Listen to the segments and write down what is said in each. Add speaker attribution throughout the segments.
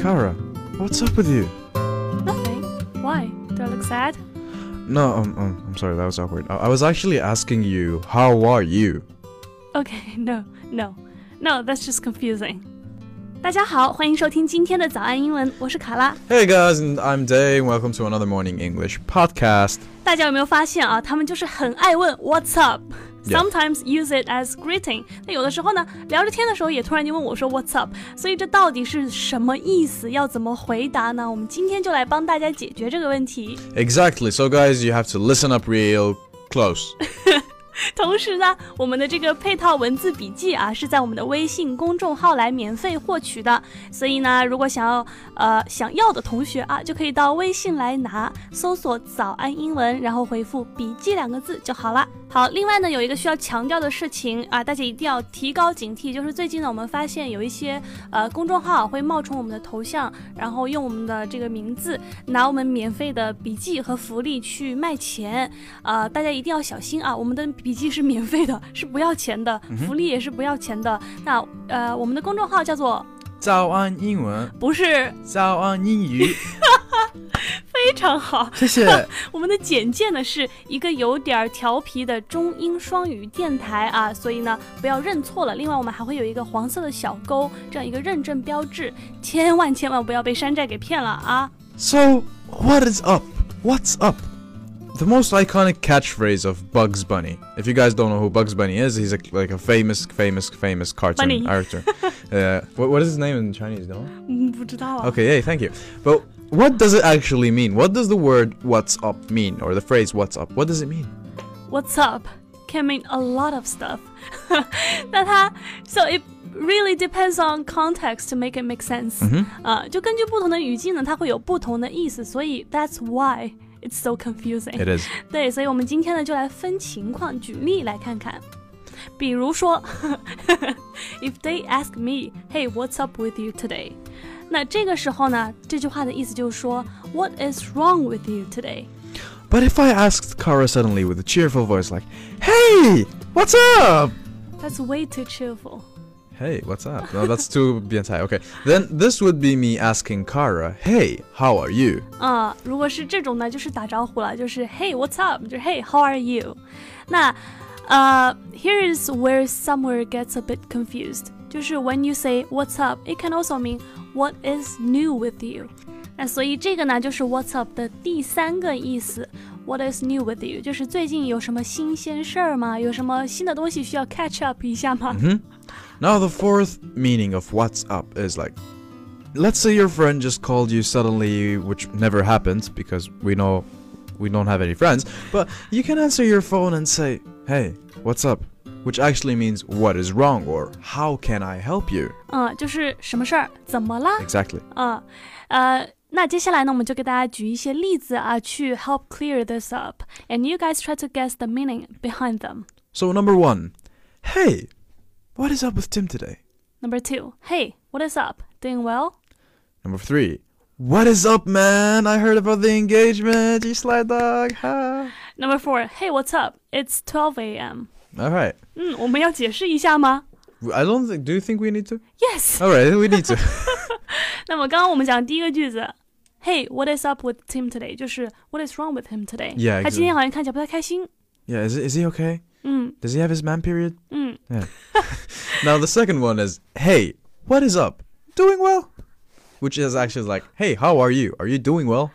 Speaker 1: Kara, what's up with you?
Speaker 2: Nothing. Why? Do I look sad?
Speaker 1: No, um, um, I'm sorry, that was awkward. I, I was actually asking you, how are you?
Speaker 2: Okay, no, no, no. That's just confusing. 大家好，欢迎收听今天的早安英文，我是卡拉。
Speaker 1: Hey guys, and I'm Day, and welcome to another Morning English podcast.
Speaker 2: 大家有没有发现啊？他们就是很爱问 What's up。
Speaker 1: Yeah.
Speaker 2: Sometimes use it as greeting。那有的时候呢，聊着天的时候也突然间问我说 What's up，所以这到底是什么意思？要怎么回答呢？我们今天就来帮大家解决这个问题。
Speaker 1: Exactly, so guys, you have to listen up real close.
Speaker 2: 同时呢，我们的这个配套文字笔记啊，是在我们的微信公众号来免费获取的。所以呢，如果想要呃想要的同学啊，就可以到微信来拿，搜索“早安英文”，然后回复“笔记”两个字就好了。好，另外呢，有一个需要强调的事情啊，大家一定要提高警惕，就是最近呢，我们发现有一些呃公众号会冒充我们的头像，然后用我们的这个名字拿我们免费的笔记和福利去卖钱。呃，大家一定要小心啊！我们的笔记是免费的，是不要钱的，福利也是不要钱的。那呃，我们的公众号叫做
Speaker 1: 早
Speaker 2: 不是
Speaker 1: 安英文，早安英语，谢谢。
Speaker 2: 非常好， 我们的简介呢是一个有点儿调皮的中英双语电台啊，所以呢不要认错了。另外，我们还会有一个黄色的小勾这样一个认证标志，千万千万不要被山寨给骗了啊！
Speaker 1: So, what is up? What's up? The most iconic catchphrase of Bugs Bunny. If you guys don't know who Bugs Bunny is, he's a, like a famous, famous, famous cartoon
Speaker 2: Bunny.
Speaker 1: actor. uh, what, what is his name in Chinese? No.
Speaker 2: 嗯，不知道啊。
Speaker 1: Okay, hey, thank you. But what does it actually mean? What does the word "what's up" mean, or the phrase "what's up"? What does it mean?
Speaker 2: What's up can mean a lot of stuff. 那它，so it really depends on context to make it make sense. 呃，就根据不同的语境呢，它会有不同的意思，所以 that's why it's so confusing.
Speaker 1: It is.
Speaker 2: 对，所以我们今天呢就来分情况举例来看看。比如说 ，If they ask me, "Hey, what's up with you today?" 那这个时候呢，这句话的意思就是说，What is wrong with you today?
Speaker 1: But if I asked Kara suddenly with a cheerful voice, like, "Hey, what's up?"
Speaker 2: That's way too cheerful.
Speaker 1: Hey, what's up? No, that's too bientai. Okay, then this would be me asking Kara, "Hey, how are you?"
Speaker 2: 啊、如果是这种呢，就是打招呼了，就是 Hey, what's up？就是 Hey, how are you？那呃、h e r e is where somewhere gets a bit confused，就是 when you say what's up，it can also mean what is new with you。那所以这个呢，就是 what's up 的第三个意思。What is new with you？就是最近有什么新鲜事儿吗？有什么新的东西需要 catch up 一下吗？
Speaker 1: Now, the fourth meaning of what's up is like, let's say your friend just called you suddenly, which never happens because we know we don't have any friends, but you can answer your phone and say, hey, what's up? Which actually means, what is wrong or how can I help you?
Speaker 2: 嗯，就是什么事儿？怎么啦？
Speaker 1: Exactly.
Speaker 2: 嗯，呃，那接下来呢，我们就给大家举一些例子啊，去 help clear this up, and you guys try to guess the meaning behind them.
Speaker 1: So, number one, hey, what is up with Tim today?
Speaker 2: Number two, hey, what is up? Doing well?
Speaker 1: Number three, what is up, man? I heard about the engagement. You sly dog. Ha.
Speaker 2: Number four, hey, what's up? It's 12 a.m.
Speaker 1: All right.
Speaker 2: 嗯，我们要解释一下吗
Speaker 1: I don't think. Do you think we need to?
Speaker 2: ？Yes.
Speaker 1: All right, we need to.
Speaker 2: 那么刚刚我们讲第一个句子，Hey, what is up with Tim today？就是 What is wrong with him today？、
Speaker 1: Yeah,
Speaker 2: 他今
Speaker 1: exactly.
Speaker 2: 天好像看起来不太开心。
Speaker 1: Yeah, is, is he okay?
Speaker 2: 嗯
Speaker 1: Does he have his man period?
Speaker 2: 嗯
Speaker 1: Now, the second one is, hey, what is up? Doing well? Which is actually like, hey, how are you? Are you doing well?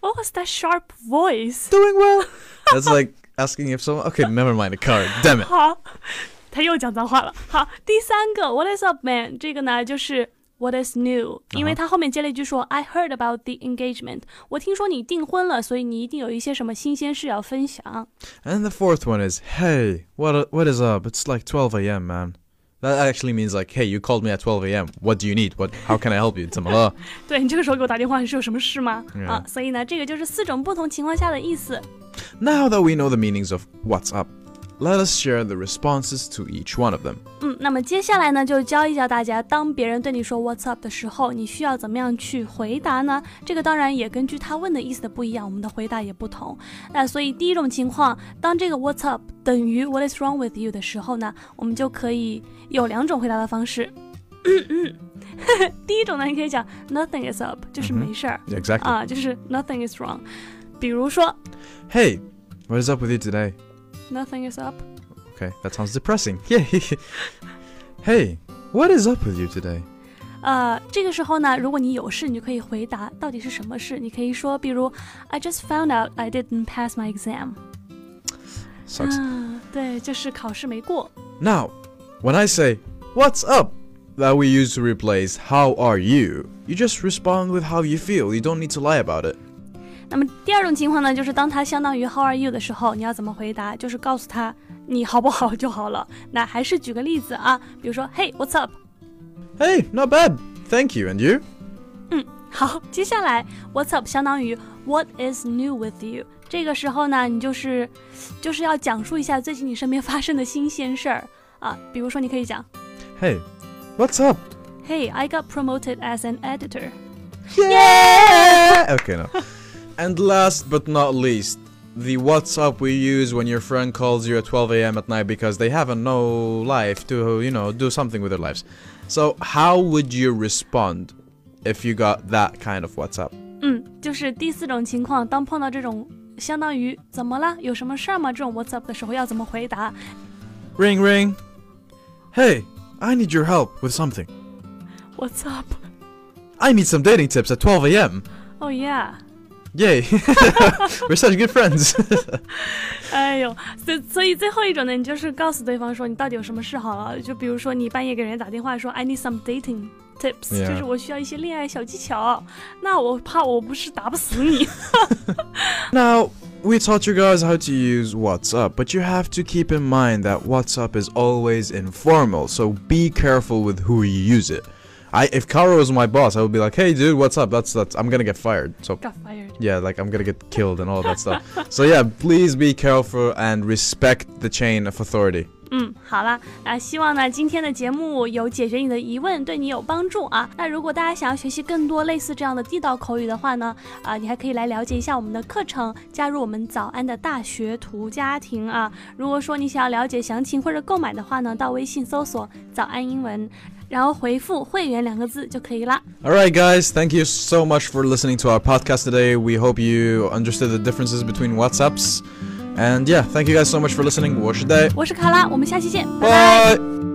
Speaker 2: ，What was that sharp voice？
Speaker 1: Doing well? That's like asking if someone, okay, never mind the card, damn it.
Speaker 2: 好， 他又讲脏话了。好，第三个 What is up, man？这个呢就是 What is new？因为他后面接了一句说 I heard about the engagement。我听说你订婚了，所以你一定有一些什么新鲜事要分享。
Speaker 1: And the fourth one is, hey, what what is up? It's like 12 a.m., man. That actually means like, hey, you called me at 12 a.m. What do you need? What? How can I help you? 怎么了？
Speaker 2: 对你这个时候给我打电话，你是有什么事吗？
Speaker 1: 嗯
Speaker 2: 啊，所以呢，这个就是四种不同情况下的意思。
Speaker 1: Now that we know the meanings of what's up, let us share the responses to each one of them.
Speaker 2: 嗯，那么接下来呢，就教一教大家，当别人对你说 "What's up" 的时候，你需要怎么样去回答呢？这个当然也根据他问的意思的不一样，我们的回答也不同。那所以第一种情况，当这个 "What's up" 等于 "What is wrong with you" 的时候呢，我们就可以有两种回答的方式。嗯 第一种呢，你可以讲 nothing is up，就是
Speaker 1: 嗯哼
Speaker 2: 没事儿
Speaker 1: Exactly.
Speaker 2: 啊，就是 nothing is wrong。比如说
Speaker 1: hey, what is up with you today?
Speaker 2: nothing is up，
Speaker 1: Okay, that sounds depressing. Yeah. hey, what is up with you today?
Speaker 2: 呃，这个时候呢，如果你有事，你就可以回答到底是什么事。你可以说，比如 I just found out I didn't pass my exam。
Speaker 1: Sucks.
Speaker 2: 啊，对，就是考试没过。
Speaker 1: Now, when I say "What's up," that we use to replace "How are you," you just respond with how you feel. You don't need to lie about it.
Speaker 2: 那么第二种情况呢，就是当它相当于 How are you 的时候，你要怎么回答？就是告诉他你好不好就好了。那还是举个例子啊，比如说 Hey, what's up？
Speaker 1: Hey, not bad. Thank you. And you?
Speaker 2: 好，接下来 What's up 相当于 What is new with you？这个时候呢，你就是就是要讲述一下最近你身边发生的新鲜事儿啊，比如说你可以讲
Speaker 1: Hey, what's up?
Speaker 2: Hey, I got promoted as an editor。
Speaker 1: Yeah. Okay, no. and last but not least, the "What's up" we use when your friend calls you at 12 a.m. at night because they have a no life to, you know, do something with their lives. So, how would you respond if you got that kind of "What's up"?
Speaker 2: 嗯，就是第四种情况，当碰到这种相当于怎么了，有什么事儿吗这种 What's up 的时候，要怎么回答？
Speaker 1: Ring, ring. Hey, I need your help with something.
Speaker 2: What's up?
Speaker 1: I need some dating tips at 12 a.m.
Speaker 2: Oh yeah！
Speaker 1: Yay! We're such good friends.
Speaker 2: 哎呦，所以所以最后一种呢，你就是告诉对方说你到底有什么事好了。就比如说你半夜给人家打电话说 I need some dating tips，、
Speaker 1: Yeah
Speaker 2: 就是我需要一些恋爱小技巧。那我怕我不是打不死你。
Speaker 1: now, we taught you guys how to use what's up, but you have to keep in mind that what's up is always informal, so be careful with who you use it. I, if Kara was my boss, I would be like, "Hey, dude, what's up?" That's that's. I'm gonna get fired. So
Speaker 2: Got fired。
Speaker 1: yeah, like I'm gonna get killed and all that stuff. So yeah, please be careful and respect the chain of authority.
Speaker 2: 嗯，好啦，那希望呢今天的节目有解决你的疑问，对你有帮助啊。那如果大家想要学习更多类似这样的地道口语的话呢，啊、你还可以来了解一下我们的课程，加入我们早安的大学徒家庭啊。如果说你想要了解详情或者购买的话呢，到微信搜索“早安英文”，然后回复“会员”两个字就可以啦。
Speaker 1: All right, guys, thank you so much for listening to our podcast today. We hope you understood the differences between WhatsApps. And yeah, thank you guys so much for listening. 我是 Day.
Speaker 2: 我是卡拉，我们下期见，拜拜
Speaker 1: Bye.